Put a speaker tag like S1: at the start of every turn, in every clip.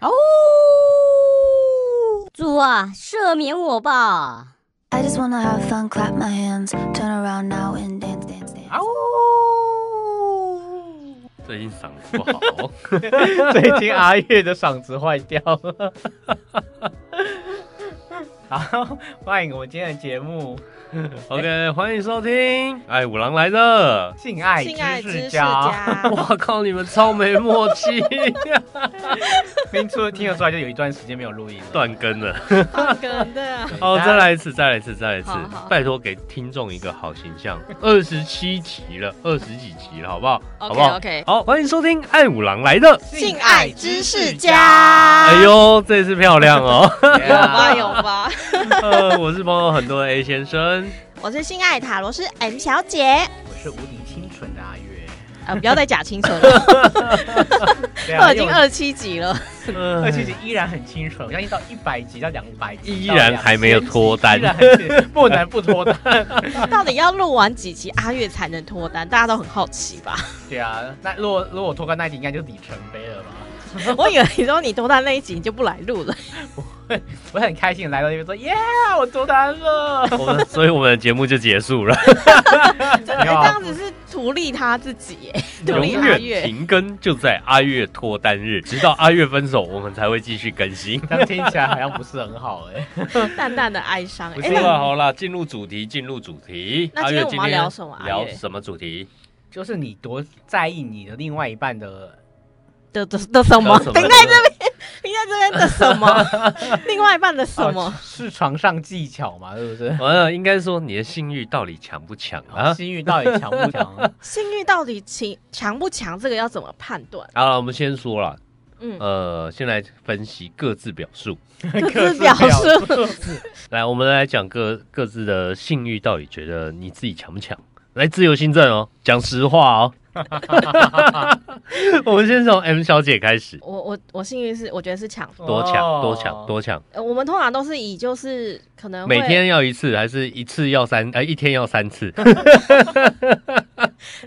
S1: 哦，
S2: 主啊，赦免我吧！
S3: I just wanna have fun, clap my hands, turn around now and dance, dance, dance.
S4: 啊哦最近嗓子不好，
S5: 最近阿月的嗓子坏 掉了。好，欢迎我们今天的节目
S4: OK，欢迎收听 《爱哎五郎来了》。
S5: 《性爱
S1: 性爱知识
S5: 家》。
S1: 家》，
S4: 哇靠，你们超没默契，
S5: 明初听得出来，就有一段时间没有录音了。
S4: 断更了。
S1: 好梗的，
S4: 哦，再来一次，再来一次，再来一次
S1: 好好，
S4: 拜托给听众一个好形象。二十七集了，二十几集了，好不好？好
S1: OK，
S4: 不好
S1: OK
S4: 好，欢迎收听《爱五郎来了》。
S1: 性爱知识 家哎
S4: 哎呦，这次漂亮哦！
S1: 有 吧有吧。
S4: 呃，我是朋友很多的 A 先生，
S1: 我是性爱塔罗师 M 小姐，
S5: 我是无敌清纯的阿 月。
S1: 呃， 不要再假清纯了，
S5: 对啊
S1: 都已经
S5: 因为
S1: 二七集了。
S5: 二
S4: 而
S5: 七集依然很清纯，我相信到一百集到两百集，
S4: 呃依然还没有脱单
S5: 依然还是不能不脱单。
S1: 到底要录完几集阿月才能脱单？大家都很好奇吧？
S5: 对啊，那如果如果我脱单那一集，应该就是里程碑了吧？
S1: 我以为你说你脱单那一集你就不来录了，
S5: 我很开心地来到这边说，耶，我脱单了。
S4: 我们，所以我们的节目就结束了，
S1: 真
S5: 没有
S1: 的哎这
S5: 啊
S1: 样子是图利他自己哎耶， 图利
S4: 永
S1: 阿
S4: 远
S1: 月。
S4: 停更就在阿月脱单日，直到阿月分手，我们才会继续更新。
S5: 这样听起来好像不是很好哎、
S1: 淡淡的哀伤。
S4: 不
S1: 哎、
S4: 错
S1: 那
S4: 了，好啦，进入主题，进入主题。
S1: 那
S4: 阿
S1: 今
S4: 月
S1: 天我们要聊什么阿
S4: 聊
S1: 月
S4: 什么主题？
S5: 就是你多在意你的另外一半的，
S1: 的的的什
S4: 聊？
S1: 么
S4: 什么
S1: 停在这边，停在这边的什么？ 另外一半的什么
S5: 啊？是床上技巧嘛？是不是？
S4: 完呃了，应该说你的性欲到底强不强啊？
S5: 性欲到底强不 强？
S1: 性欲到底强强不强？这个要怎么判 断？
S4: 好了，我们先说了，
S1: 嗯，
S4: 呃，先来分析各自表述。
S1: 各自表述。
S4: 来，我们来讲各各自的性欲到底觉得你自己强不强？来，自由新政哦，讲实话 哦。 我们先从 M 小姐开始，
S1: 我我我性欲是，我觉得是强。
S4: 多强
S5: 哦
S4: 多强多强，
S1: 呃我们通常都是以就是可能会
S4: 每天要一次，还是一次要三？哎，一天要三次？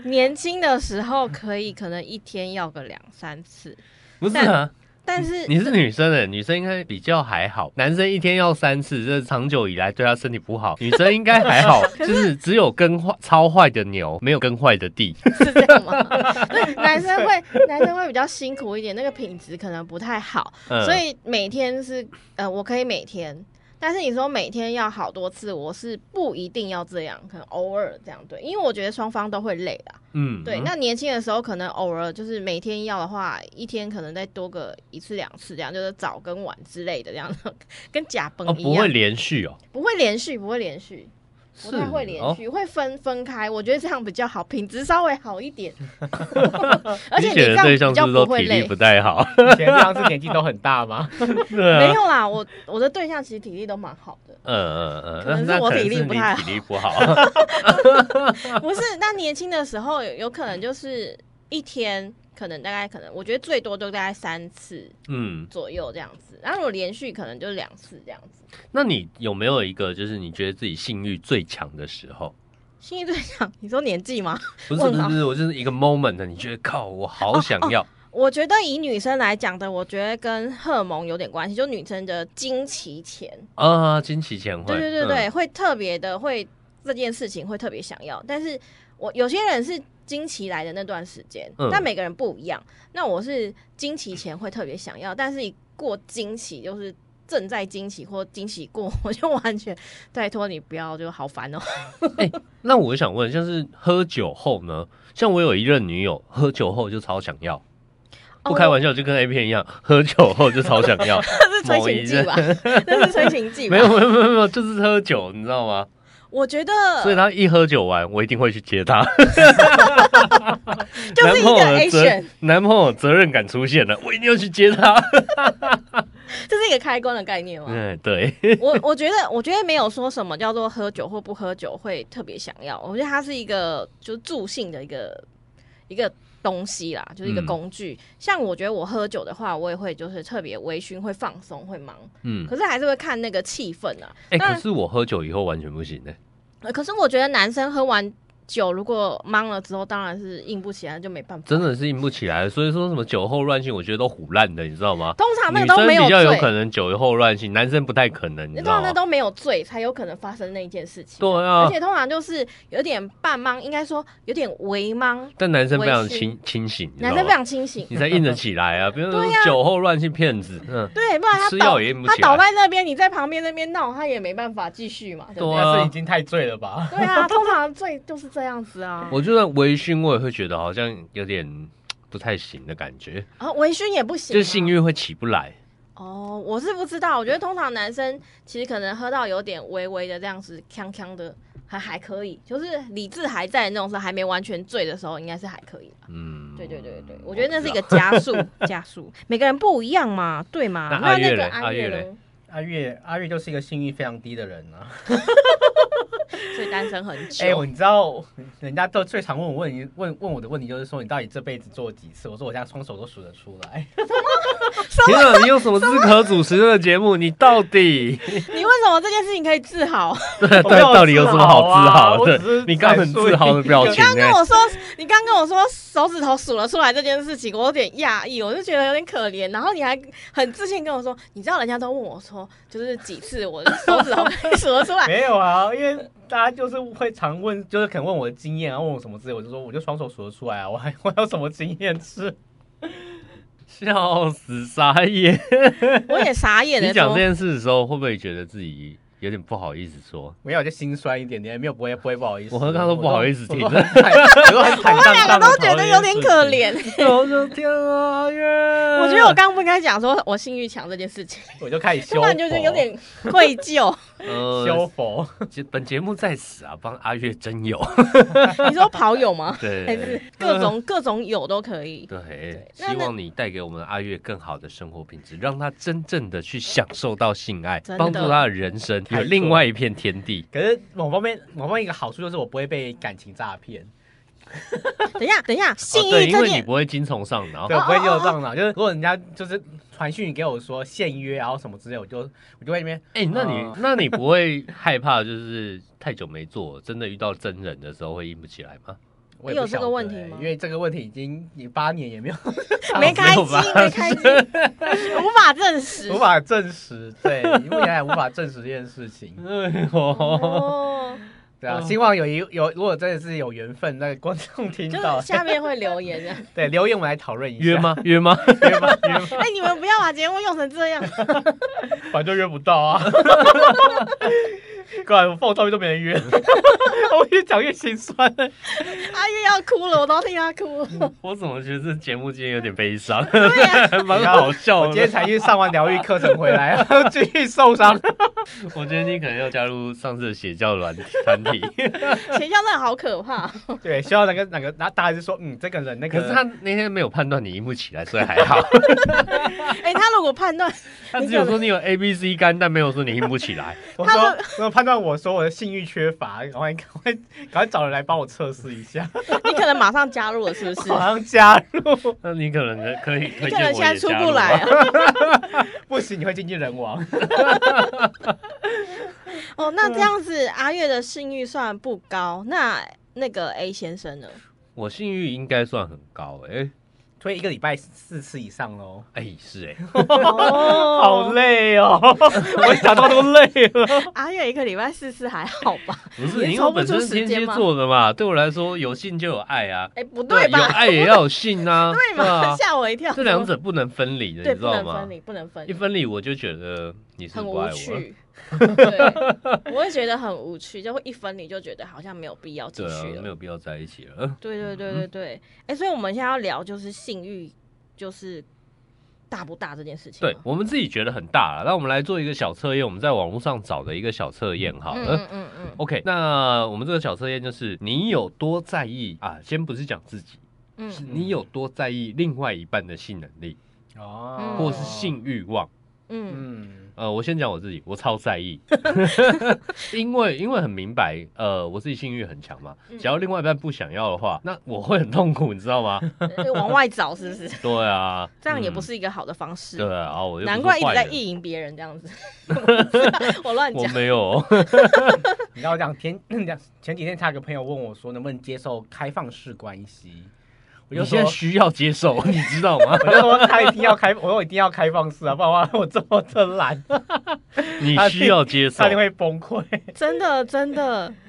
S1: 年轻的时候可以可能一天要个两三次，
S4: 不是啊，
S1: 但是
S4: 你是女生的，女生应该比较还好，男生一天要三次，这长久以来对他身体 不好，女生应该还好，就是只有耕坏超坏的牛，没有耕坏的地。
S1: 是这样吗？对，男生会男生会比较辛苦一点，那个品质可能不太好。
S4: 嗯
S1: 所以每天是呃，我可以每天，但是你说每天要好多次，我是不一定要这样，可能偶尔这样对，因为我觉得双方都会累啦。
S4: 嗯
S1: 对，那年轻的时候可能偶尔就是每天要的话，一天可能再多个一次两次，这样就是早跟晚之类的，这样 跟假崩
S4: 哦
S1: 一
S4: 不
S1: 样，
S4: 会连续哦，
S1: 不会连续，不会连续。不太会连
S4: 哦
S1: 续，会分分开，我觉得这样比较好，品质稍微好 一点。而且
S4: 你选
S1: 你这
S4: 的
S1: 样
S4: 对象
S1: 比
S4: 是
S1: 较
S4: 不是都
S1: 不会
S4: 体力
S1: 累
S4: 不。太 好？
S5: 以前这样子年纪都很大 吗？
S4: 对啊
S1: 没有啦，我我的对象其实体力都蛮好的，
S4: 嗯嗯
S1: 可能
S4: 嗯，
S1: 是
S4: 那
S1: 我
S4: 可能
S1: 体力
S4: 是
S1: 不
S4: 你
S1: 太
S4: 体
S1: 好
S4: 力不好。
S1: 不是？那年轻的时候有有可能就是一天，可能大概可能我觉得最多就大概三次
S4: 嗯，
S1: 左右这样子，然后如果连续可能就两次这样子。
S4: 那你有没有一个就是你觉得自己性欲最强的时候？
S1: 心仪对象，你说年纪吗？
S4: 不是
S1: 问
S4: 不是
S1: 吗
S4: 不是，我就是一个 moment，你觉得靠，我好想要。
S1: 我觉得以女生来讲的，我觉得跟荷尔蒙有点关系，就女生的经期前，
S4: 啊，惊奇前会，
S1: 对对对
S4: 嗯
S1: 对，，会特别的会这件事情会特别想要，但是我有些人是经期来的那段时间，
S4: 嗯
S1: 但每个人不一样。那我是经期前会特别想要，但是一过经期就是正在经期或经期过，我就完全拜托你不要，就好烦哦。
S4: 那我想问，像是喝酒后呢？像我有一任女友，喝酒后就超想要，不
S1: 哦
S4: 开玩笑，就跟 A 片一样，喝酒后就超想要。
S1: 笑，这是催情剂吧？这是催情剂 吧？
S4: 没有没有没有没有，就是喝酒，你知道吗？
S1: 我觉得
S4: 所以他一喝酒完，我一定会去接他。
S1: 就是一个
S4: 的责
S1: action，
S4: 男朋友责任感出现了，我一定要去接他。
S1: 这是一个开关的概念嘛。
S4: 嗯，对，
S1: 我我觉得，我觉得没有说什么叫做喝酒或不喝酒会特别想要，我觉得它是一个就是助兴的一个一个东西啦，就是一个
S4: 嗯
S1: 工具。像我觉得我喝酒的话，我也会就是特别微醺，会放松，会忙，
S4: 嗯
S1: 可，是还是会看那个气氛啊。
S4: 哎、
S1: 当然
S4: 可是我喝酒以后完全不行呢、
S1: 呃可是我觉得男生喝完酒如果忙了之后，当然是硬不起来，就没办法。
S4: 真的是硬不起来。所以说什么酒后乱性，我觉得都胡烂的，你知道吗？
S1: 通常啊那
S4: 女
S1: 个都
S4: 生
S1: 没
S4: 比较
S1: 醉，
S4: 有可能酒后乱性，男生不太可能，你知
S1: 通
S4: 道
S1: 常
S4: 吗
S1: 啊那？都没有醉，才有可能发生那一件事情。
S4: 对啊
S1: 而，且通常就是有点半懵，应该说有点微懵，
S4: 但男生非常
S1: 微醺
S4: 清清醒，你知道
S1: 男
S4: 吗
S1: 生非常清 醒
S4: 你。才硬得起来啊！比如说
S1: 对啊
S4: 酒后乱性骗子，嗯，
S1: 对，不然他
S4: 吃
S1: 倒
S4: 药也硬不
S1: 他
S4: 起
S1: 倒
S4: 来。
S1: 在那边，你在旁边那边闹，他也没办法继续嘛，对不
S4: 对
S1: 对？
S5: 但是
S4: 啊
S5: 已，经太醉了吧？
S1: 对啊，通常醉就是这样子啊。
S4: 我就算微醺，我也会觉得好像有点不太行的感觉，
S1: 然后微醺也不行、
S4: 就
S1: 啊，
S4: 是性欲会起不来。
S1: 哦，我是不知道，我觉得通常男生其实可能喝到有点微微的这样子，呛呛的还还可以，就是理智还在的那种时候，还没完全醉的时候，应该是还可以吧。啊
S4: 嗯，
S1: 对对对对，我觉得那是一个
S4: 不知
S1: 加 速加速，每个人不一样嘛，对嘛？
S4: 那
S1: 那
S4: 阿月
S1: 那
S4: 嘞
S1: 个
S4: 阿
S1: 阿
S4: 月
S1: 月
S4: 嘞
S1: 呢？
S5: 阿月，阿月就是一个性欲非常低的人啊。
S1: 所以单身很久。
S5: 哎、我你知道，人家都最常问我问你问问我的问题就是说，你到底这辈子做了几次？我说我现在双手都数得出来。
S4: 道天哪，你有什么资格主持这个节目？你到底
S1: 你为什么这件事情可以治好？
S4: 对
S5: 我没有
S4: 到底有什么好自豪
S5: 自豪啊我
S4: 的
S5: 只是？
S4: 你刚很自 豪的表情
S1: 你刚跟
S4: 哎，
S1: 我说，你刚跟我说手指头数了出来这件事情，我有点讶异，我就觉得有点可怜。然后你还很自信跟我说，你知道人家都问我说，就是几次我的手指头可以数得出 来。
S5: 没有啊，因为大家就是会常问，就是可能问我的经验啊，问我什么之类，我就说我就双手数得出来啊，我 还我还有什么经验是？
S4: 笑死傻眼。
S1: 我也傻眼了。
S4: 你讲这
S1: 怎么
S4: 件事的时候，会不会觉得自己有点不好意思说？
S5: 没有，就心酸一点点，没有不会不会不好意思。
S4: 我和他都不好意思
S5: 我都
S4: 听
S5: 我都 很坦我都 很坦
S1: 啊我们
S5: 荡
S1: 两
S5: 荡
S1: 个
S5: 地
S1: 都
S5: 讨
S1: 觉
S5: 论
S1: 得
S5: 这
S1: 有
S5: 件
S1: 点
S5: 事
S1: 可
S5: 情。嗯
S1: 怜。
S4: 我的天啊，阿月！
S1: 我觉得我刚不该讲说我性欲强这件事情，
S5: 我就开始修
S1: 突然就
S5: 佛，
S1: 觉得有点愧疚。
S5: 修
S4: 呃，
S5: 佛。
S4: 节本节目在此啊，帮阿月真友，
S1: 你说跑友吗？
S4: 对，
S1: 还是各种各种友都可以。
S4: 对，
S1: 那那
S4: 希望你带给我们阿月更好的生活品质，让她真正的去享受到性爱
S1: 真，的
S4: 帮助她的人生
S5: 太
S4: 有
S5: 错
S4: 另外一片天地。
S5: 可是某方面，某方面一个好处就是我不会被感情诈骗，
S1: 等一下，等一下，性
S4: 哦，对，
S1: 欲
S4: 因
S1: 这
S4: 为你
S1: 件
S4: 不会精虫上脑
S5: 对，。我不会
S1: 哦
S5: 有这样的。就是如果人家就是传讯给我说限约啊或什么之类，我就我就会那边
S4: 哎、那你、
S5: 哦
S4: 那你不会害怕，就是太久没做，真的遇到真人的时候会硬不起来吗？
S5: 我也不
S1: 有这
S5: 晓
S1: 个
S5: 得
S1: 问题
S5: 欸
S1: 吗
S5: 因为这个问题已经你八年 也没有
S1: 没
S4: 没
S1: 开机
S4: 有吧，
S1: 没开机，无法证实
S5: 无。法证实，对，目前还无法证实这件事情。
S1: 嗯
S4: 哎呦，
S1: 哦，
S5: 对啊，
S4: 嗯
S5: 希望有一有，如果真的是有缘分，那个观众听
S1: 嗯就
S5: 到
S1: 是，下面会留言啊的。
S5: 对留言我们来讨论一下，
S4: 约？吗？约吗？
S5: 约吗？约吗？
S1: 哎，你们不要把节目用成这样。
S5: 反正约不到 啊，不然我放照片都没人约，我越讲越心酸。欸
S1: 阿月要哭了，我都替他哭 了。
S4: 我怎么觉得这节目今天有点 悲伤，
S1: 对呀，
S4: 还蛮好 笑
S5: 我
S4: 的。
S5: 今天才去上完疗愈课程回来，又继续受 伤。
S4: 我觉得你可能要加入上次的邪教团团 体，
S1: 学校真的好可怕。
S5: 对，希望那个哪个那大家就说，嗯，这个人那个，
S4: 可是他那天没有判断你硬不起来，所 以还好。
S1: 哎，他如果判断，
S4: 他只有说你有 A、B、C 肝，但没有说你硬不起 来。
S5: 我
S1: 他
S5: 说我判断我说我的性欲缺乏，赶快赶快赶快找人来帮我测试一下，
S1: 你可能马上加入了，是不是？
S4: 哦
S5: 马上加入，
S4: 那你可能可以推荐
S1: 你可
S4: 我
S1: 能
S4: 也
S1: 现在出
S4: 加入
S1: 不来
S4: 啊。
S1: 啊。
S5: 不行你会经济人亡。
S1: 哦，
S4: 嗯
S1: 那这样子，阿月的性欲算不高，那那个 A 先生 呢？
S4: 我性欲应该算很高哎、
S5: 推一个礼拜四次以上喽，
S4: 哎、是 哎、
S1: 哦
S5: 好累哦， 我想到都累了。
S1: 哦阿月一个礼拜四次还好吧？
S4: 不是，因
S1: 也
S4: 为
S1: 抽
S4: 我
S1: 不
S4: 本
S1: 出
S4: 身
S1: 时
S4: 天
S1: 间
S4: 蝎
S1: 吗？
S4: 座的嘛，对我来说有性就有爱啊，
S1: 哎、不 对
S4: 有
S1: 吧？
S4: 爱也要有性啊，
S1: 对
S4: 啊
S1: 嘛？，吓、我一跳。
S4: 这两者不能分离的，
S1: 对
S4: 你知
S1: 不
S4: 道
S1: 能
S4: 吗
S1: 分？离，不能分
S4: 一
S1: 离，
S4: 分离我就觉得你是
S1: 很
S4: 不
S1: 无
S4: 爱我了，
S1: 趣。对，我会觉得很无趣，就会一分离就觉得好像没有必要继
S4: 对啊
S1: 续，
S4: 没
S1: 了。
S4: 有必要在一起了。呃
S1: 对对对对对，哎、所以我们现在要聊就是性欲，就是大不大这件事情
S4: 对
S1: 吗？
S4: 我们自己觉得很大了，那我们来做一个小测验，我们在网络上找的一个小测验好了。
S1: 嗯嗯嗯
S4: OK，那我们这个小测验就是你有多在意啊？先不是讲自己，
S1: 嗯
S4: 是
S1: 嗯
S4: 你有多在意另外一半的性能力
S5: 哦
S4: 或是性欲望。
S1: 嗯，
S5: 嗯，
S4: 呃，我先讲我自己，我超在 意，因为因为很明白，呃，我自己性欲很强嘛，
S1: 嗯
S4: 只要另外一半不想要的话，那我会很痛苦，你知道吗？
S1: 呃往外找是 不是？
S4: 对啊，
S1: 这样也
S4: 嗯
S1: 不是一个好的方式。
S4: 对啊，啊我又不是
S1: 难怪一直
S4: 坏
S1: 在
S4: 人
S1: 意淫别人 这样子，我乱
S4: 我
S1: 讲。
S4: 没有，
S5: 你知道讲前讲前几天，他有个朋友问我说，能不能接受开放式关系？我
S4: 你
S5: 就
S4: 现
S5: 说
S4: 在，需要接受， 你知道吗？
S5: 我就说他一定要开，我 说我一定要开放式啊，不然的话我这么的懒，
S4: 哦你需要接受
S5: 差。点会崩溃。
S1: 真的真的。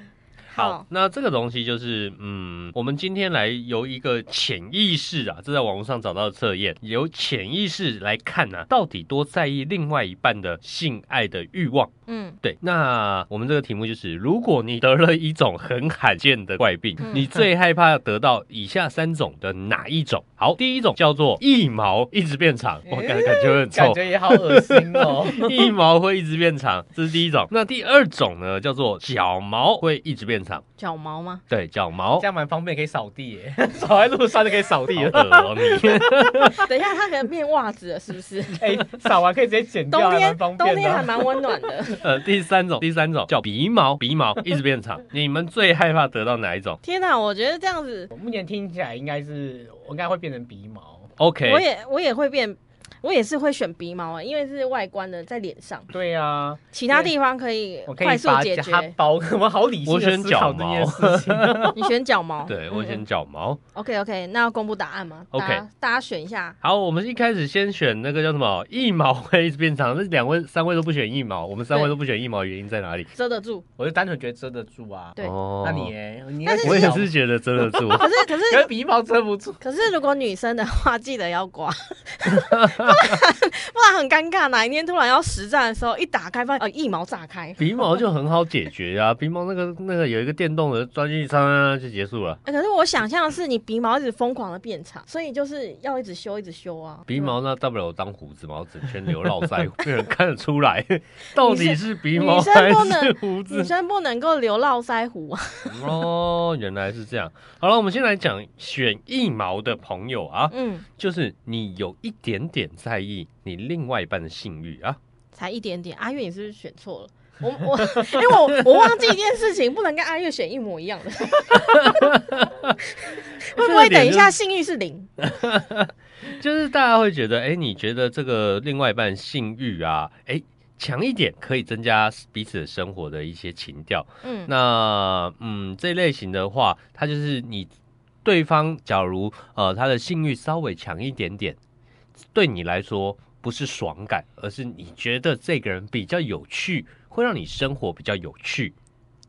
S4: 好，，那这个东西就是，嗯，我们今天来由一个潜意识啊，这在网络上找到的测验，由潜意识来看呢、到底多在意另外一半的性爱的欲望。
S1: 嗯
S4: 对，那我们这个题目就是，如果你得了一种很罕见的怪病，
S1: 嗯
S4: 你最害怕得到以下三种的哪一种？好，第一种叫做腋毛一直变长，我感感觉很
S5: 感
S4: 臭。
S5: 觉也好恶心 哦。
S4: 腋毛会一直变长，这是第一种。那第二种呢，叫做脚毛会一直变长。
S1: 脚毛吗？
S4: 对，脚毛
S5: 这。样蛮方便，可以扫地 耶，走在路上就可以扫地
S4: 好
S5: 了。
S4: 恶哦你
S1: 等一下，它可能变袜子了，是不是？
S5: 哎、扫完可以直接剪掉，
S1: 冬
S5: 还
S1: 天
S5: 蛮方
S1: 冬
S5: 便
S4: 啊
S1: 天还
S5: 的。啊
S1: 蛮温暖的。
S4: 呃，第三种，第三种叫鼻毛，鼻毛一直变长。你们最害怕得到哪一种
S1: 天哪，我觉得这样子，
S5: 我目前听起来应该是，我应该会变成鼻毛。
S4: ？OK，
S1: 我也我也会变。我也是会选鼻毛啊，因为是外观的，在脸上，
S5: 对啊，
S1: 其他地方可以
S5: 我可
S1: 快
S5: 以
S1: 速
S5: 把
S1: 解
S5: 它
S1: 决。
S5: 包，我们好理性
S4: 我
S5: 的
S4: 选
S5: 思考
S4: 脚
S5: 这
S4: 毛
S5: 件事情。
S1: 你选脚毛，
S4: 对我选脚毛。
S1: OK OK，那要公布答案吗
S4: OK
S1: 大家大家选一下。
S4: 好，我们一开始先选那个叫什么腋毛会一直变长，这两位三位都不选腋毛，我们三位
S1: 对
S4: 都不选腋毛，原因在哪里？
S1: 遮得住，
S5: 我就单纯觉得遮得住啊。
S1: 对
S4: 哦
S5: 那你耶，你
S1: 但是
S4: 我也是，觉得遮得住。
S1: 可是可是
S5: 可是鼻毛遮不住。
S1: 可是如果女生的话，记得要刮，不然不然很尴尬。哪一天突然要实战的时候，一打开发现呃一毛炸开，
S4: 鼻毛就很好解决啊，鼻毛那个那个有一个电动的钻进去，嚓就结束了。
S1: 欸可是我想象的是你鼻毛一直疯狂的变长，所以就是要一直修，一直修啊。
S4: 鼻毛那大不了我当胡子嘛，我整圈留络腮胡，被人看得出 来到底是鼻毛
S1: 女生
S4: 还
S1: 不
S4: 是
S1: 能
S4: 胡
S1: 女
S4: 子。
S1: 生不能够留络腮胡啊。
S4: 哦，原来是这样。好了，我们先来讲选腋毛的朋友啊，
S1: 嗯，
S4: 就是你有一点点在意你另外一半的性欲啊。
S1: 才一点点。阿月，你是不是选错了？我我，因为我我忘记一件事情，不能跟阿月选一模一样的。会不会等一下性欲是零？
S4: 就是大家会觉得，哎、你觉得这个另外一半性欲啊，哎、强一点可以增加彼此的生活的一些情调。
S1: 嗯，
S4: 那嗯，这类型的话，它就是你对方假如呃他的性欲稍微强一点点，对你来说不是爽感，而是你觉得这个人比较有趣，会让你生活比较有趣。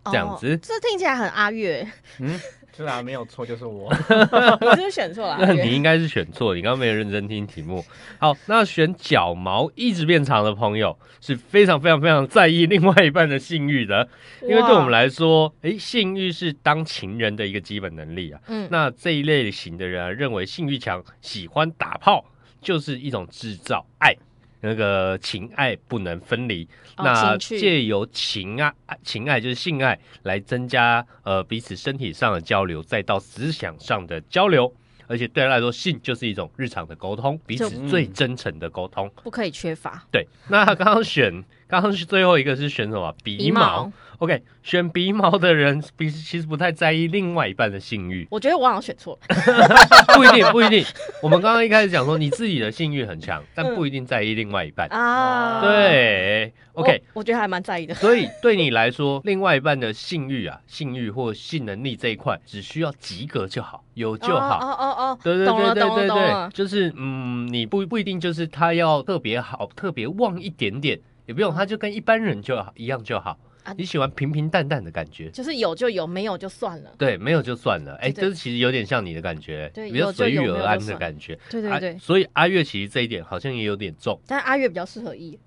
S4: 这样子
S1: 哦这听起来很 阿月，
S5: 嗯，是啊，没有错，就是我。
S1: 你是不是选错了？
S4: 那
S1: 阿
S4: 你
S1: 月，
S4: 应该是选错，你刚刚没有认真听题目。好，那选脚毛一直变长的朋友是非常非常非常在意另外一半的性欲的，因为对我们
S1: 来，
S4: 来说，诶，性欲是当情人的一个基本能力啊。
S1: 嗯，
S4: 那这一类型的人啊认为性欲强、喜欢打炮就是一种制造爱，那个情爱不能分离。
S1: 哦
S4: 那
S1: 情趣
S4: 借由情啊情爱就是性爱来增加呃彼此身体上的交流，再到思想上的交流。而且对他来说，性就是一种日常的沟通，彼此
S1: 就
S4: 最真诚的沟通。
S1: 不可以缺乏
S4: 对，那刚刚选，刚刚是最后一个是选什么？鼻毛。。OK，选鼻毛的人，鼻其实不太在意另外一半的性欲。
S1: 我觉得我好像选错了，
S4: 不一定，不一定。我们刚刚一开始讲说，你自己的性欲很强，但不一定在意另外一半。
S1: 啊。哦
S4: 对
S1: 我
S4: ，OK。
S1: 我觉得还蛮在意的。
S4: 所以对你来说，另外一半的性欲啊、性欲或性能力这一块，只需要及格就好，有就
S1: 哦
S4: 好。
S1: 哦哦，哦
S4: 对对
S1: 懂
S4: 对
S1: 了
S4: 对
S1: 懂了
S4: 对
S1: 懂
S4: 对，
S1: 了。
S4: 就是嗯，你不不一定就是他要特别好、特别旺一点点，也不用，他就跟一般人就好一样就好。
S1: 啊
S4: 你喜欢平平淡淡的感觉。
S1: 就是有就有，没有就算了。
S4: 对，没有就算了。哎、
S1: 对对
S4: 这其实有点像你的感觉，
S1: 对
S4: 比较
S1: 有就
S4: 随遇
S1: 有没有
S4: 而
S1: 就
S4: 安的
S1: 算
S4: 感觉。
S1: 对对
S4: 啊
S1: 对
S4: 所以阿月其实这一点好像也有点重。
S1: 但阿月比较适合 E，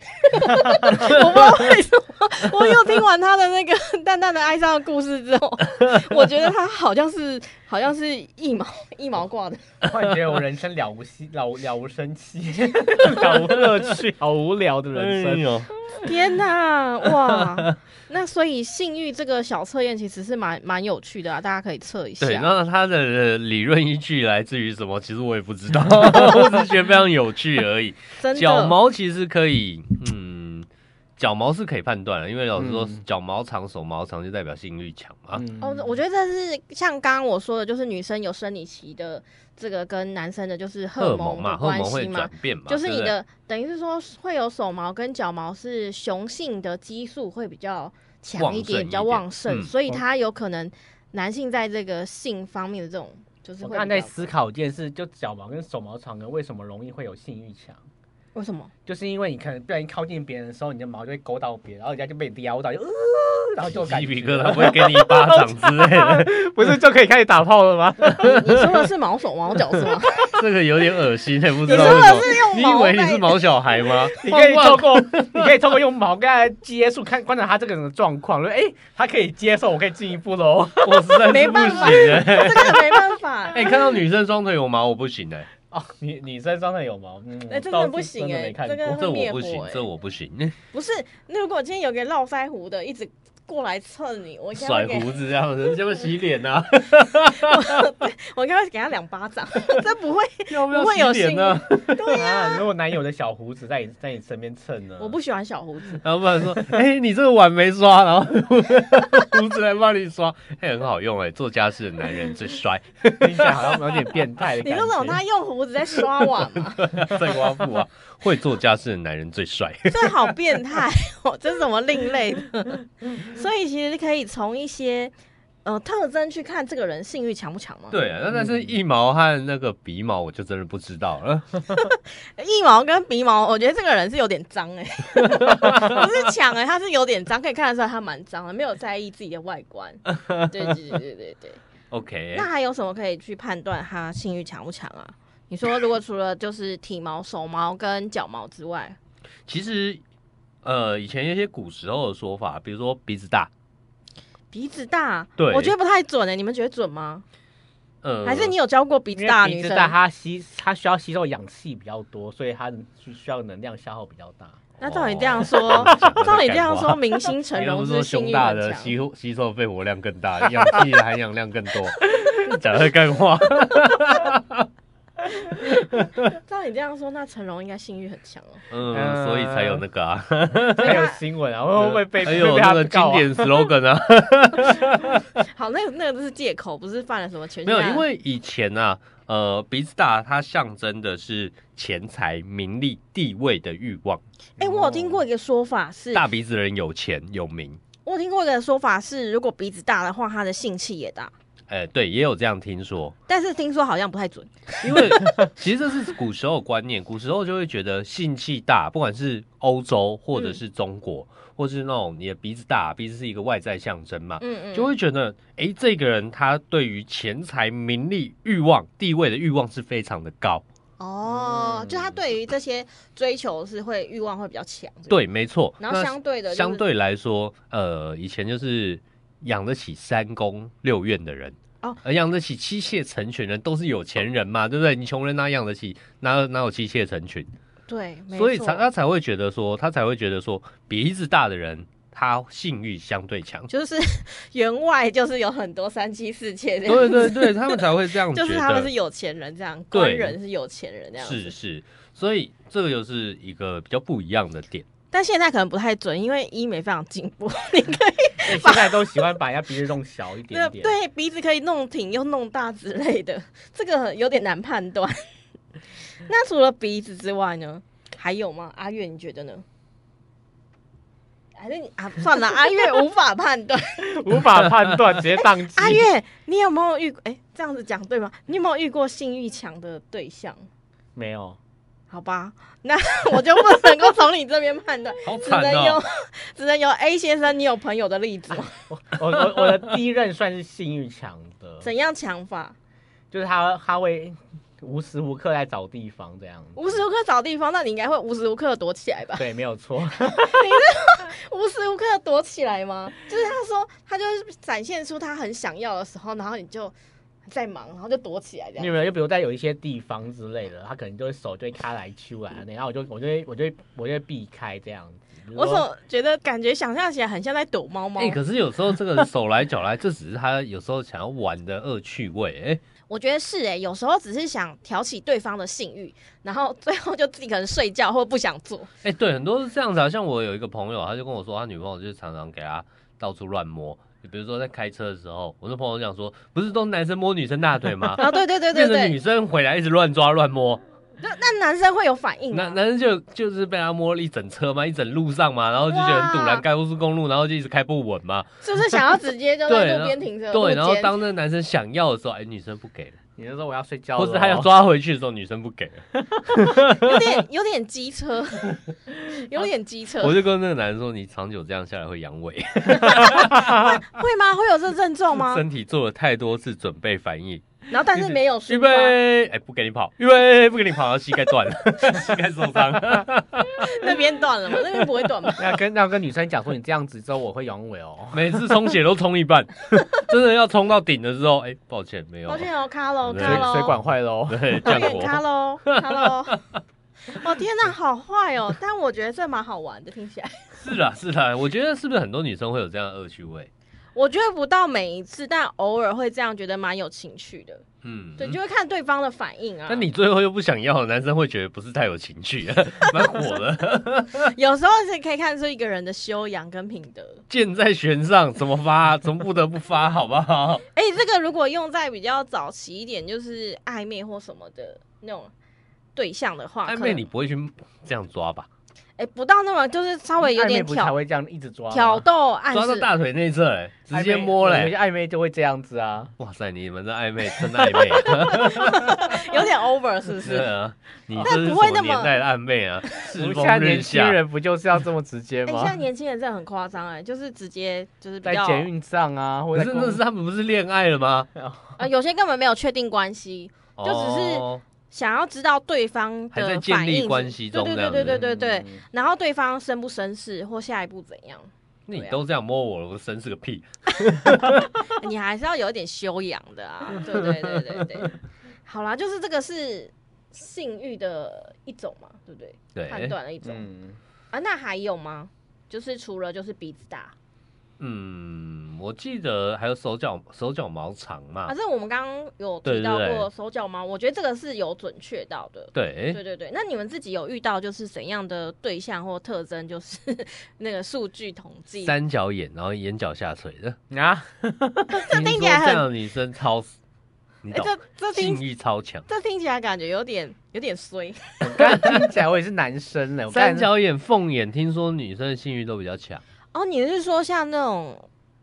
S1: 我不知道为什么，我又听完他的那个 淡淡的哀伤的故事之后，我觉得他好像是好像是一毛 一毛挂的，
S5: 突然觉得我人生了无希了无了无生 气，了无乐趣，好无聊的人
S4: 哎
S5: 生。
S4: 呦，
S1: 天哪，哇！ 那所以性欲这个小测验其实是蛮蛮有趣的啊，大家可以测一下。
S4: 对，那他的呃理论依据来自于什么？其实我也不知道， 我只是觉得非常有趣而已。
S1: 真
S4: 脚
S1: 的，
S4: 毛其实可以，嗯，脚毛是可以判断的，因为老师说
S5: 嗯
S4: 脚毛长、手毛长就代表性欲强嘛。
S5: 嗯
S1: 哦，我觉得这是像刚刚我说的，就是女生有生理期的这个跟男生的就是荷
S4: 荷尔
S1: 尔
S4: 蒙
S1: 蒙
S4: 嘛，
S1: 的
S4: 荷尔
S1: 关
S4: 蒙会
S1: 系嘛
S4: 转，变嘛，
S1: 就是你
S4: 对不对
S1: 的等于是说会有手毛跟脚毛是雄性的激素会比较强一
S4: 旺盛一点
S1: 点，比较旺盛，
S4: 嗯
S1: 所以它有可能男性在这个性方面的这种就是
S5: 我
S1: 会
S5: 刚才
S1: 比
S5: 在
S1: 较
S5: 思考一件事，就脚毛跟手毛长的为什么容易会有性欲强？
S1: 为 什么？
S5: 就是因为你可能不小心靠近别人的时候，你的毛就会勾到别人，然后人家就被你撩到，就呃，然后就有感
S4: 鸡
S5: 觉
S4: 皮疙瘩不会给你一巴掌之类 的，
S5: 不是就可以开始打炮了吗？
S1: 你你说的是毛手毛脚是吗？
S4: 这个有点恶心，也欸不
S1: 你
S4: 知
S1: 说
S4: 道为什
S1: 的
S4: 么。
S1: 是用
S4: 你以
S1: 毛
S4: 为你是
S1: 在
S4: 毛小孩 吗？
S5: 你可以
S4: 哇
S5: 透过， 你可以透过用毛跟他接触，看观察他这个人的状况，说哎、他可以接受，我可以进一步喽。
S4: 我实在是
S1: 没
S4: 不
S1: 办法
S4: 行 哎、
S1: 这个没办法，欸
S4: 哎、看到女生双腿有毛，我不行哎、
S5: 哦，女女生上面有毛，嗯，
S1: 哎真的
S5: 我倒是
S1: 不行
S5: 真的
S1: 哎
S5: 没看
S1: 这个
S5: 过。
S4: 这
S1: 会
S4: 我
S1: 灭
S4: 不
S1: 火
S4: 行，
S1: 哎
S4: 这我不行，
S1: 不是？那如果今天有个络腮胡的一直过来蹭你，我应该
S4: 甩
S1: 会给
S4: 胡子这样子，要不要洗脸 啊？
S1: 我应该会给他两巴掌， 这不会
S4: 要不
S1: 不会有
S4: 要洗脸呢、
S1: 对呀、
S5: 啊！ 如果男友的小胡子在你在你身边蹭呢，
S1: 我不喜欢小胡子，
S4: 然后不然说，哎、你这个碗没刷，然后 胡子来帮你刷，哎、很好用哎、做家事的男人最帅，
S5: 听起来好像有点变态的
S1: 你
S5: 感觉。
S1: 说什么？他用胡子在刷碗吗？
S4: 最夸父啊，会做家事的男人最帅。
S1: 这好变态哦！这是什么另类 的？所以其实可以从一些呃特征去看这个人性欲强不强嘛。，
S4: 对啊，那但
S1: 嗯
S4: 是腋毛和那个鼻毛，我就真的不知道了。
S1: 腋毛跟鼻毛，我觉得这个人是有点脏 哎、不是强哎、他是有点脏，可以看得出来他蛮脏的，没有在意自己的外观。对对对对对 对。
S4: OK，
S1: 那还有什么可以去判断他性欲强不强啊？你说，如果除了就是体毛、手毛跟脚毛之外，
S4: 其实呃，以前有一些古时候的说法，比如说鼻子大，
S1: 鼻子大，
S4: 对
S1: 我觉得不太准哎、你们觉得准吗？
S4: 呃，
S1: 还是你有教过鼻
S5: 因
S1: 子
S5: 为
S1: 大的
S5: 鼻
S1: 女
S5: 子
S1: 生？
S5: 大，它吸它需要吸收氧气比较多，所以它需要能量消耗比较大。
S1: 那照你这样说，
S4: 哦
S1: 照你这样说，明星成
S4: 你又
S1: 龙
S4: 不是
S1: 是
S4: 哎说
S1: 性
S4: 胸
S1: 欲
S4: 大
S1: 很
S4: 的
S1: 强。
S4: 吸吸收肺活量更大，氧气的含氧量更 多，讲的干话。
S1: 照你这样说，那成龙应该性欲很强哦。
S4: 嗯，所以才有那个啊，
S5: 还有新闻啊，会不会被
S4: 还
S5: 会不
S4: 有
S5: 会被
S4: 那
S5: 他
S4: 个经
S5: 告啊？
S4: 典 slogan 啊，
S1: 好，那个那个是借口，不是犯了什么全
S4: 没有，因为以前啊，呃，鼻子大它象征的是钱财、名利、地位的欲望，
S1: 哎、我有听过一个说法是，
S4: 哦大鼻子的人有钱有名，
S1: 我有听过一个说法是，如果鼻子大的话，他的性气也大。
S4: 哎，对，也有这样听说，
S1: 但是听说好像不太准，
S4: 因 为其实这是古时候的观念，古时候就会觉得性气大，不管是欧洲或者是中国，
S1: 嗯
S4: 或是那种你的鼻子大，鼻子是一个外在象征嘛，
S1: 嗯嗯，
S4: 就会觉得，哎、这个人他对于钱财、名利、欲望、地位的欲望是非常的高。
S1: 哦，
S5: 嗯
S1: 就他对于这些追求是会欲望会比较强，是吧，
S4: 对，没错。
S1: 然后
S4: 那
S1: 相对的就是
S4: 相对来说，呃，以前就是养得起三宫六院的人。
S1: 哦
S4: 而养得起妻妾成群的人都是有钱人嘛，对不对？你穷人哪养得起，哪哪有妻妾成群？
S1: 对，没
S4: 所以
S1: 错
S4: 才啊他才会觉得说，他才会觉得说，鼻子大的人他性欲相对强。
S1: 就是 员外就是有很多三妻四妾这样，
S4: 对对 对，他们才会这样觉
S1: 就
S4: 得。
S1: 是他们是有钱人这样，
S4: 对
S1: 官人是有钱人这样子，
S4: 是是，所以这个又是一个比较不一样的点。
S1: 但现在可能不太准，因为医美非常进步， 你可以
S5: 对现在都喜欢把人家鼻子弄小一点点。
S1: 对鼻子可以弄挺又弄大之类的，这个有点难判断。 那除了鼻子之外呢，还有吗？阿月，你觉得呢？还是你啊，算了，阿月无法判断。
S5: 无法判断，直接宕机。
S1: 阿月，你有没有遇？哎、这样子讲对吗？你有没有遇过性欲强的对象
S5: 没有，
S1: 好吧，那 我就不能够从你这边判断，
S4: 好
S1: 只
S4: 惨
S1: 能
S4: 哦
S1: 用，只能由 A 先生，你有朋友的例子吗？
S5: 我我我的第一任算是性欲强的，
S1: 怎样抢法？
S5: 就是他他会无时无刻在找地方这样子。
S1: 无时无刻找地方，那你应该会无时无刻地躲起来吧？
S5: 对，没有错。
S1: 无时无刻地躲起来吗？就是他说，他就是展现出他很想要的时候，然后你就在忙，然后就躲起来这
S5: 你有
S1: 样。
S5: 没有？就比如在有一些地方之类的，他可能就会手就会开来揪来，然后我就我就会我就会我就会避开这样子。比如
S1: 我
S5: 说
S1: 总觉得感觉想象起来很像在躲猫猫。
S4: 哎、可是有时候这个手来脚来，这只是他有时候想要玩的恶趣味。哎、
S1: 我觉得是哎、有时候只是想挑起对方的性欲，然后最后就自己可能睡觉或不想 做。
S4: 哎、对，很多是这样子啊。像我有一个朋友，他就跟我说，他女朋友就是常常给他到处乱摸，比如说在开车的时候，我那朋友讲说，不是都男生摸女生大腿吗？
S1: 啊，对对 对对
S4: 变成女
S1: 对，
S4: 生回来一直乱抓乱摸，
S1: 那那男生会有反应啊
S4: 男
S1: 吗？
S4: 男生就就是被他摸了一整车嘛，一整路上嘛，然后就觉得很堵
S1: 哇
S4: 然，开高速公路，然后就一直开不稳嘛。
S1: 是不是想要直接就
S4: 对
S1: 在
S4: 然
S1: 路
S4: 后
S1: 边停车？
S4: 对，
S1: 路
S4: 然后
S1: 肩
S4: 当那个男生想要的时候，哎，女生不给了，
S5: 你就说我要睡觉了
S4: 或
S5: 哦，。
S4: 是他要抓回去的时候，女生不给了。
S1: 有点有点 机车，有点机车，
S4: 我就跟那个男生说，你长久这样下来会阳痿，
S1: 会吗？会有这症状吗？
S4: 身体做了太多次准备反应，
S1: 然后但是没有啊
S4: 预
S1: 抒发，
S4: 备，哎，不给你跑，预备，不给你跑，然后膝盖断了， 膝盖受伤。
S1: 那边断 了嘛，那边不会断嘛
S5: 那跟那跟女生讲说你这样子之后我会阳痿 哦。
S4: 每次充血都充一半， 真的要充到顶的时候，哎，抱歉，没有
S1: 抱，歉哦，卡喽
S4: 对
S1: 卡喽，
S5: 水管坏哦喽，
S4: 对，
S1: 有
S4: 降
S1: 点卡
S4: 火。
S1: 喽卡喽。 哦天哪，好坏哦！但我觉得这蛮好玩的，听起来。
S4: 是啦，是啦，我觉得是不是很多女生会有这样的恶趣味？
S1: 我觉得不到每一次，但偶尔会这样，觉得蛮有情趣的。
S4: 嗯，
S1: 对，就会看对方的反应啊。
S4: 那你最后又不想要， 男生会觉得不是太有情趣， 蛮火的，
S1: 有时候是可以看出一个人的修养跟品德。
S4: 箭在弦上，怎么发？怎么不得不发？好不好？
S1: 哎、这个如果用在比较早期一点，就是暧昧或什么的那种对象的话，
S4: 暧
S1: 啊可
S4: 昧
S1: 能
S4: 你不会去这样抓吧？
S1: 哎、不到那么就是稍微 有
S5: 暧昧
S1: 点
S5: 不是才
S1: 挑
S5: 会这样一直抓吗
S1: 挑逗暗
S4: 抓到
S1: 示。
S4: 大腿内侧、欸，
S5: 暧昧
S4: 直接摸嘞、
S5: 有些暧昧就会这样子啊。
S4: 哇塞，你们这暧昧真暧 昧、啊，
S1: 有点 over 是不
S4: 对
S1: 是？
S4: 啊，你这是什
S1: 不会
S4: 么
S1: 那么
S4: 年代的暧昧 啊？世
S5: 现
S4: 风
S5: 在
S4: 日
S5: 年轻
S4: 下，
S5: 人不就是要这么直接
S1: 哎、现在
S5: 吗？
S1: 年轻人真的很夸张哎，就是直接就是比
S5: 在
S1: 较
S5: 捷运上啊，或
S4: 可
S5: 者在
S4: 是那
S5: 公
S4: 是他们不是恋爱了吗？
S1: 呃，有些根本没有确定关系，就只是
S4: 哦
S1: 想要知道对方
S4: 还在
S1: 的
S4: 建
S1: 反
S4: 立
S1: 应是。
S4: 关系中
S1: 对
S4: 这
S1: 对
S4: 样
S1: 对对
S4: 子嗯
S1: 对对对。然后对方绅不绅士或下一步怎样，
S4: 那你都这样摸我了，我生是个屁。
S1: 你还是要有一点修养的 啊。对对对对对。 好啦，就是这个是性欲的一种嘛，对不对？
S4: 对，
S1: 判断的一种、
S5: 嗯，
S1: 啊。那还有吗？就是除了就是鼻子大，
S4: 嗯，我记得还有手脚手脚毛长嘛，
S1: 反正我们刚刚有
S4: 对
S1: 提
S4: 对
S1: 到
S4: 啊对
S1: 过手脚毛，我觉得这个是有准确到的。
S4: 对，
S1: 对对对，那你们自己有遇到就是怎样的对象或特征？就是 那个数据统计，
S4: 三角眼，然后眼角下垂 的，
S5: 啊，
S4: 这
S1: 听起来
S4: 这
S1: 很
S4: 样的女生超，你
S1: 哎、
S4: 懂，
S1: 这这
S4: 性
S1: 听
S4: 欲超强。
S1: 这听起来感觉有点有点衰，
S5: 我刚才听起来我也是男生嘞，我刚才
S4: 三角眼、凤眼，听说女生的性欲都比较强。
S1: 哦，你是说像那种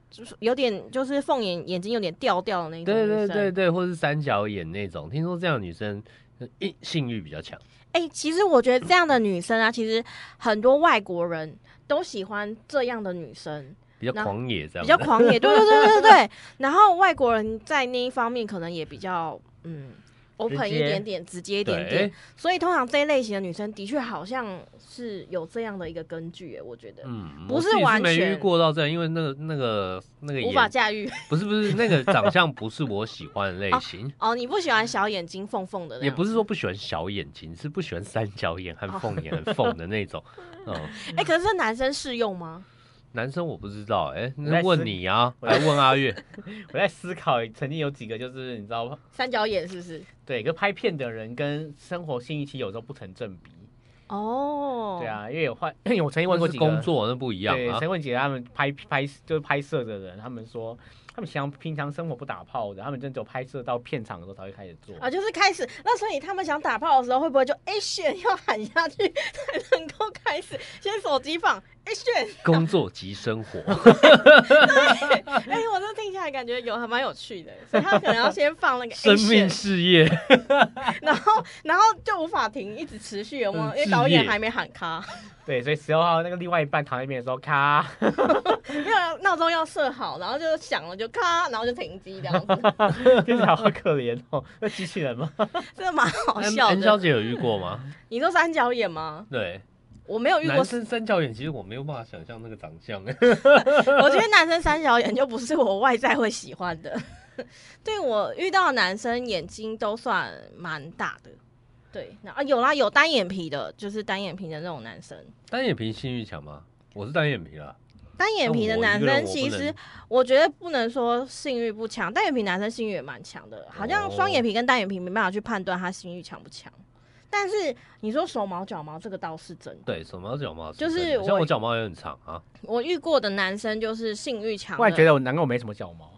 S1: 就是有点就是凤眼眼睛有点掉掉的那种
S4: 对
S1: 女
S4: 对
S1: 生
S4: 对对，或是三角眼那种，听说这样的女生呃一性欲比较强。
S1: 哎、其实我觉得这样的女生啊，其实很多外国人都喜欢这样的女生，
S4: 比较
S1: 那
S4: 狂野这样
S1: 比
S4: 子，
S1: 较狂野。对对对对对。然后外国人在那一方面可能也比较嗯 open 一
S5: 接
S1: 点点，直接一点
S4: 对
S1: 点。，所以通常这一类型的女生的确好像是有这样的一个根据耶，我觉得、
S4: 嗯，
S1: 不
S4: 我
S1: 是
S4: 自己
S1: 完
S4: 没遇
S1: 全
S4: 过到这样，因为那个那个那个
S1: 无法
S4: 眼
S1: 驾驭。
S4: 不是不是那个长相不是我喜欢的类 型，
S1: 哦，你不喜欢小眼睛缝缝的那
S4: 也
S1: 样？
S4: 不是说不喜欢小眼睛，是不喜欢三角眼和凤眼和凤的那种。嗯，
S1: 哎、可是这男生适用吗？
S4: 男生我不知道，哎，
S5: 在
S4: 那
S5: 思
S4: 问你啊，
S5: 我
S4: 来
S5: 在
S4: 问阿月。
S5: 我在思考，曾经有几个就是你知道吗？
S1: 三角眼是不是？
S5: 对，跟拍片的人跟生活性一期有时候不成正比。
S1: 哦，
S5: 对，啊，因为有换，因为我曾经问过
S4: 那
S5: 几
S4: 是
S5: 个
S4: 工作那不一样
S5: 对，
S4: 啊
S5: 曾。问几个他们拍拍就是拍摄的人，他们说他们想平常生活不打炮的，他们真的只有拍摄到片场的时候才会开始做。
S1: 啊，就是开始。那所以他们想打炮的时候，会不会就 action 要喊下去才能够开始？先手机放 action，哎、 炫！
S4: 工作及生 活。
S1: 哎、我这听起来感觉有还蛮有趣的，所以他可能要先放那个
S4: 生
S1: action
S4: 命事业，
S1: 然后然后就无法停，一直持续有吗？
S4: 嗯
S1: 因为导演
S4: 置业
S1: 还没喊卡，
S5: 对，所以十六号那个另外一半躺在那边的时候，咔，
S1: 没有闹钟要设好，然后就响了就咔，然后就停机这样子，
S5: 听起来好可怜哦。那机器人吗？
S1: 真的蛮好
S4: N
S1: 笑
S4: N M，M 小
S1: 的。
S4: 姐有遇过吗？
S1: 你说三角眼吗？
S4: 对，
S1: 我没有遇过
S4: 男，生三角眼，其实我没有办法想象那个长相。
S1: 我觉得男生三角眼就不是我外在会喜欢的。 对我遇到的男生眼睛都算蛮大的，对，然后有啦有单眼皮的，就是单眼皮的那种男生。
S4: 单眼皮性欲强吗？我是单眼皮啦，
S1: 单眼皮的男
S4: 那我一
S1: 生，
S4: 个人我
S1: 其
S4: 不能
S1: 实我觉得不能说性欲不强，单眼皮男生性欲也蛮强的，好像
S4: 哦
S1: 双眼皮跟单眼皮没办法去判断他性欲强不强。但是你说手毛脚毛这个倒是真的，
S4: 对手毛脚毛
S1: 就是
S4: 真的
S1: 我
S4: 像我脚毛也很长啊，
S1: 我遇过的男生就是性欲强
S5: 我然觉
S1: 的，
S5: 得我难怪我没什么脚毛。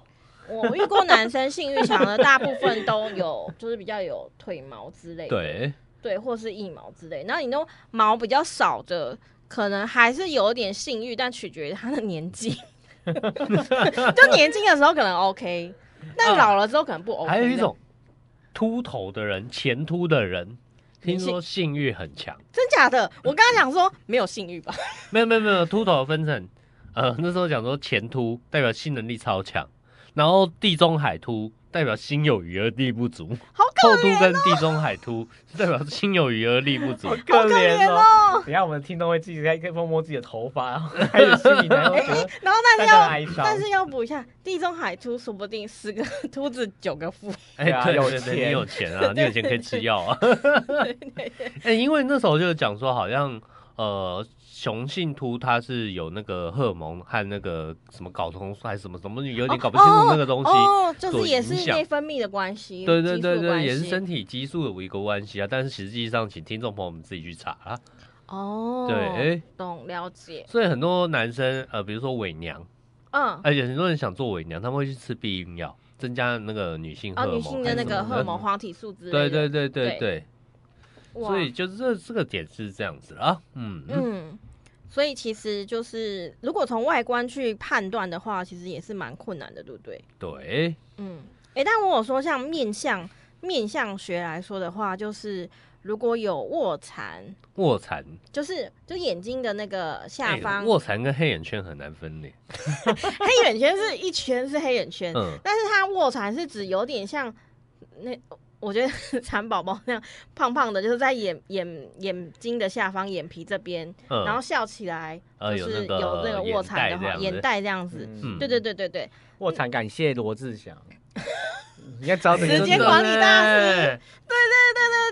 S1: 我遇过男生性欲强的大部分都有， 就是比较有腿毛之类的，
S4: 对，
S1: 对，或是腋毛之类。然后你那种毛比较少的，可能还是有一点性欲，但取决于他的年纪。 就年轻的时候可能 OK，但老了之后可能不 OK、
S4: 还有一种秃头的人，前秃的人，听说性欲很强。
S1: 真假的，我刚刚想说没有性欲 吧，
S4: 没有没有没有，秃头分成，呃，那时候讲说前秃代表性能力超强，然后地中海秃代表心有余而力不足，
S1: 好哦
S4: 后秃跟地中海秃是代表心有余而力不足。
S5: 可怜哦！等一下我们的听众会自己在摸摸自己的头发，然后开始心里难受，觉得
S1: 然后但
S5: 淡淡的
S1: 是要。
S5: 哀伤。
S1: 哎但是要补一下，地中海秃说不定十个秃子九个富，
S4: 哎、
S5: 对啊
S4: 对
S5: 有
S4: 对对，
S5: 钱
S4: 你有钱 啊，你有钱可以吃药啊。哎、因为那时候就讲说，好像呃，雄性秃它是有那个荷尔蒙和那个什么睾酮素还是什么什么，有点搞不清楚那个东西。
S1: 哦，就
S4: 所
S1: 是也是
S4: 影响
S1: 内分泌的关系，
S4: 对对
S1: 激素
S4: 对
S1: 的关
S4: 对，
S1: 系
S4: 也是身体激素有一个关系啊，但是实际上，请听众朋友们自己去查啊。
S1: 哦，
S4: 对，哎、
S1: 懂了解，
S4: 所以很多男生呃，比如说伪娘，
S1: 嗯，
S4: 而且很多人想做伪娘，他们会去吃避孕药，增加那个女性荷
S1: 哦，
S4: 尔蒙、哎
S1: 女性的那个荷尔蒙、。黄体素之类
S4: 对
S1: 的，
S4: 对对对
S1: 对
S4: 对，
S1: 哇
S4: 所以就是这这个点是这样子啊，嗯嗯，
S1: 嗯，所以其实就是如果从外观去判断的话，其实也是蛮困难的，对不对？
S4: 对，
S1: 嗯，诶，但如果说像面相面相学来说的话，就是如果有卧蚕，
S4: 卧蚕
S1: 就是就眼睛的那个下
S4: 哎
S1: 方，
S4: 卧蚕跟黑眼圈很难分裂，
S1: 黑眼圈是一圈是黑眼圈，
S4: 嗯，
S1: 但是它卧蚕是指有点像那。我觉得 蚕宝宝那样胖胖的，就是在眼眼眼睛的下方眼皮这边，
S4: 嗯
S1: 然后笑起来，
S4: 呃
S1: 就
S4: 有
S1: 是
S4: 那个
S1: 有那个卧蚕的话，眼
S4: 眼
S1: 袋这样子。
S5: 嗯，
S1: 对对对 对对，
S5: 卧蚕感谢罗志祥，你要找
S4: 时
S5: 你就
S1: 时间管理大师，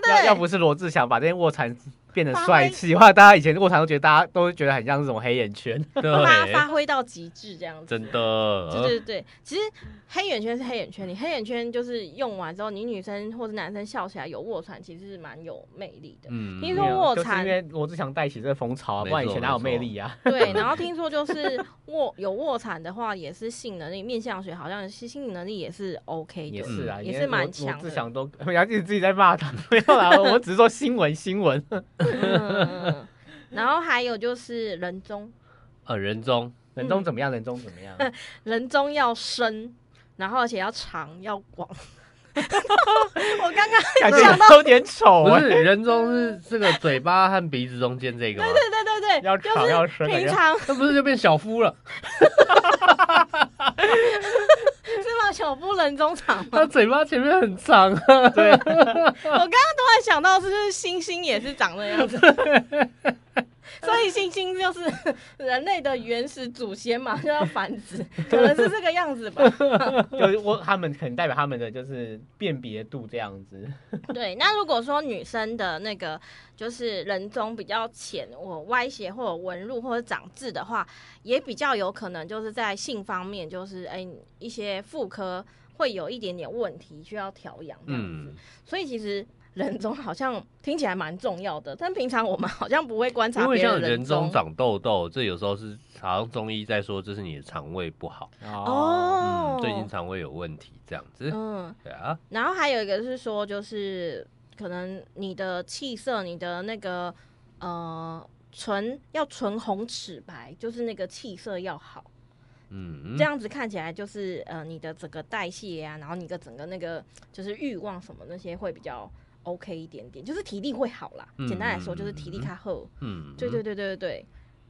S5: 要要不是罗志祥把这些卧蚕变得帅气的话，大家以前卧蚕都觉得大家都觉得很像这种黑眼 圈。
S1: 把它
S4: 对，
S1: 发挥到极致这样子。
S4: 真
S1: 对
S4: 的，
S1: 对对，其实黑眼圈是黑眼圈，你黑眼圈就是用完之后，你女生或者男生笑起来有卧蚕，其实是蛮有魅力的。
S4: 嗯
S1: 听说卧
S5: 就是因
S1: 蚕
S5: 为罗志祥带起这个风潮啊，
S4: 没
S5: 不
S4: 错
S5: 然以前哪有魅力 啊？
S1: 对，然后听说就是卧有卧蚕的话，也是性能力，面相学好像是性能力也是 OK
S5: 也
S1: 的。
S5: 是啊，
S1: 嗯
S5: 因为
S1: 也是蛮强的
S5: 罗罗志祥都， 然后一直自己在骂他，没有啦，我只是说新闻新 闻。
S1: 嗯然后还有就是人中，
S4: 呃人中
S5: 人中怎么样？人中怎么 样？
S1: 人中要深，然后而且要长要广。 我刚刚
S5: 感觉有点丑
S4: 不
S5: 哎
S4: 是。人中是这个嘴巴和鼻子中间这个吗？
S1: 对对对，
S5: 要长要
S1: 就是
S5: 深的
S1: 平
S5: 要
S1: 常
S4: 那不是就变小夫了？
S1: 是吗？ 小夫人中长吗？
S4: 他嘴巴前面很长啊，
S5: 对，
S1: 我刚刚突然想到，是不是星星也是长那样 子？所以星星就是人类的原始祖先嘛，就要繁殖， 可能是这个样子吧。
S5: 就是我他们可能代表他们的就是辨别度这样子。
S1: 对，那如果说女生的那个就是人中比较浅，我歪斜或者纹路或者长痣的话，也比较有可能就是在性方面，就是哎、一些妇科会有一点点问题需要调养这样子。
S4: 嗯，
S1: 所以其实人中好像听起来蛮重要的，但平常我们好像不会观察
S4: 因为
S1: 别
S4: 像
S1: 人的
S4: 人
S1: 中
S4: 中长痘痘，这有时候是好像中医在说，这是你的肠胃不好，
S1: 哦
S4: 嗯，，最近肠胃有问题这样子，
S1: 嗯，
S4: 对啊，
S1: 然后还有一个是说，就是可能你的气色、你的那个呃唇要唇红齿白，就是那个气色要好，
S4: 嗯，
S1: 这样子看起来就是呃你的整个代谢啊，然后你的整个那个就是欲望什么那些会比较 OK 一点点，就是体力会好啦。
S4: 嗯
S1: 简单来说就是体力
S4: 嗯
S1: 卡后。
S4: 嗯，
S1: 对对对对对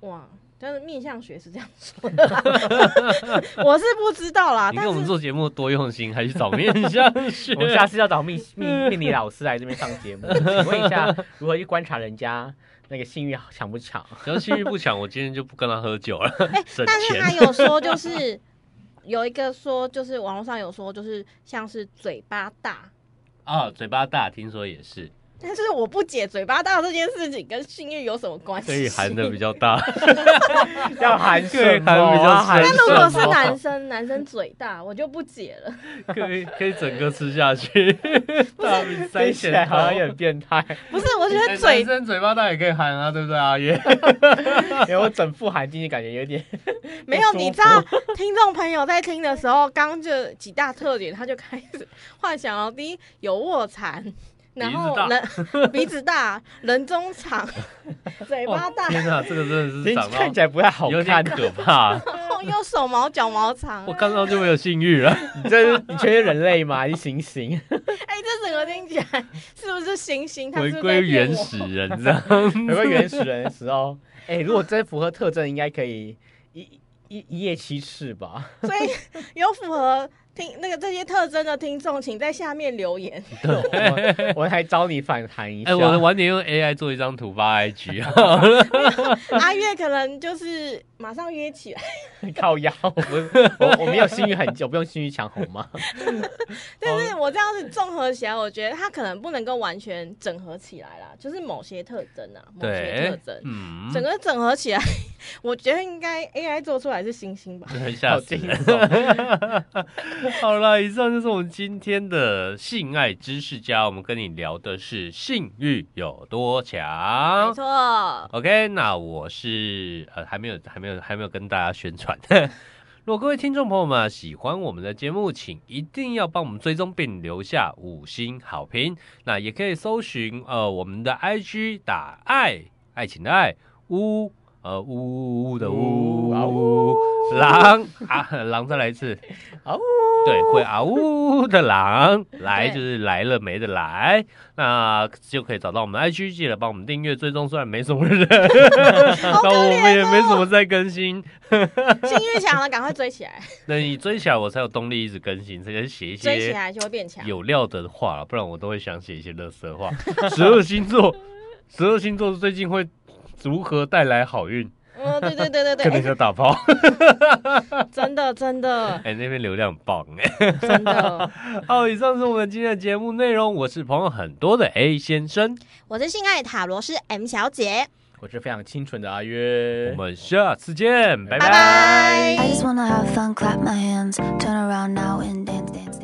S1: 对，哇！但是面相学是这样 说的啦，我是不知道啦。
S4: 你
S1: 啊但
S4: 看我们
S1: 是
S4: 做节目多用心，还去找面相 学
S5: 我们下次要找命命命理老师来这边上节目，请问一下如何去观察人家那个性欲强不 强？
S4: 只 要信誉不强，我今天就不跟他喝酒了， 省
S1: 哎但是
S4: 钱。
S1: 他有说就是有一个说就是网络上有说就是像是嘴巴大，
S4: 啊，嘴巴大，听说也是，
S1: 但是我不解嘴巴大这件事情跟性欲有什么关系？
S4: 所以含 的比较大。
S5: 要含什
S4: 对
S5: 么
S4: 含比较
S5: 啊？含
S4: 深
S1: 那如果是
S5: 什么
S1: 男生，男生嘴大，我就不解 了。
S4: 可以可以整个吃 下去， 大米
S5: 听
S4: 塞
S5: 起
S4: 起
S5: 来
S4: 来
S5: 好像有点变态，
S1: 不是， 我觉得
S4: 嘴
S1: 嘴
S4: 生嘴巴大也可以含啊，对不对啊？ 也
S5: 因为我整副含进去感觉有点
S1: 没有，
S5: 不
S1: 你
S5: 舒
S1: 知 道，听众朋友在听的时候，刚就几大特点，他就开始幻想哦，第一有卧蚕，然后
S4: 鼻
S1: 人鼻子大，人中长，嘴巴大，
S4: 哦天哪，这个真的是
S5: 听
S4: 长到
S5: 看起来不太好
S4: 有点
S5: 看。
S4: 可怕。
S1: 然后又手毛脚毛长
S4: 我，刚刚就没有性欲了，
S5: 你这是你确定人类吗？你醒 醒！
S1: 哎，这整个听起来是不是星星？ 他
S4: 回
S1: 是不是
S4: 归
S1: 在骗
S4: 原
S1: 我
S4: 始人这样。
S5: 回归原始人的时候，哎、如果真符合特征，应该可以一一一夜七次吧？
S1: 所以有符合听 那个这些特征的听众，请在下面 留言。
S5: 我我还找你反弹一下。
S4: 哎，我晚点用 AI 做一张图发 IG 啊。
S1: 阿月可能就是马上约起来。
S5: 靠腰，我 我我没有性欲很久，不用性欲强红吗？
S4: 哦
S1: 但是我这样子综合起来，我觉得它可能不能够完全整合起来啦，就是某些特征啊，某些特
S4: 对，
S1: 征，
S4: 嗯
S1: 整个整合起来， 我觉得应该 AI 做出来是星星吧。
S4: 很 吓
S5: 好
S4: 死
S5: 惊
S4: 人。
S5: 悚！
S4: 好了，以上就是我们今天的性爱知识家，我们跟你聊的是性欲有多强。
S1: 没错，
S4: OK，那我是呃还没有还没有还没有跟大家宣传。 如果各位听众朋友们喜欢我们的节目，请一定要帮我们追踪并留下五星好评。那也可以搜寻呃我们的 IG 打爱爱情的爱呜呃呜呜呜的呜
S5: 啊
S4: 呜狼啊狼再来一次
S5: 啊呜
S4: 对会啊呜的 狼来
S1: 对
S4: 就是来了没的来，那就可以找到我们的 IG，记得帮我们订阅追踪，虽然没什么人。
S1: 好可
S4: 那我们也
S1: 怜
S4: 没
S1: 哦，
S4: 什么在更新，
S1: 性欲强了，赶快追起来，
S4: 那你追起来我才有动力一直更新，才能写一
S1: 追起
S4: 些
S1: 来就会变强。
S4: 有料的话啦不然我都会想写一些乐色 话。十二星座，十二星座最近会如何带来好运？
S1: 嗯，对对对对对
S4: 可，能
S1: 哎
S4: 要打炮，
S1: 真的真的
S4: 哎、那边流量很棒哎、
S1: 真的，
S4: 好，以上是我们今天的节目内容，我是朋友很多的 A 先生，
S6: 我是性爱塔罗师 M 小姐。
S5: 我是非常清纯的阿约
S4: 我。们下次见，拜拜
S1: 拜拜。
S3: I just wanna have fun, clap my hands, turn around now and dance, dance, dance.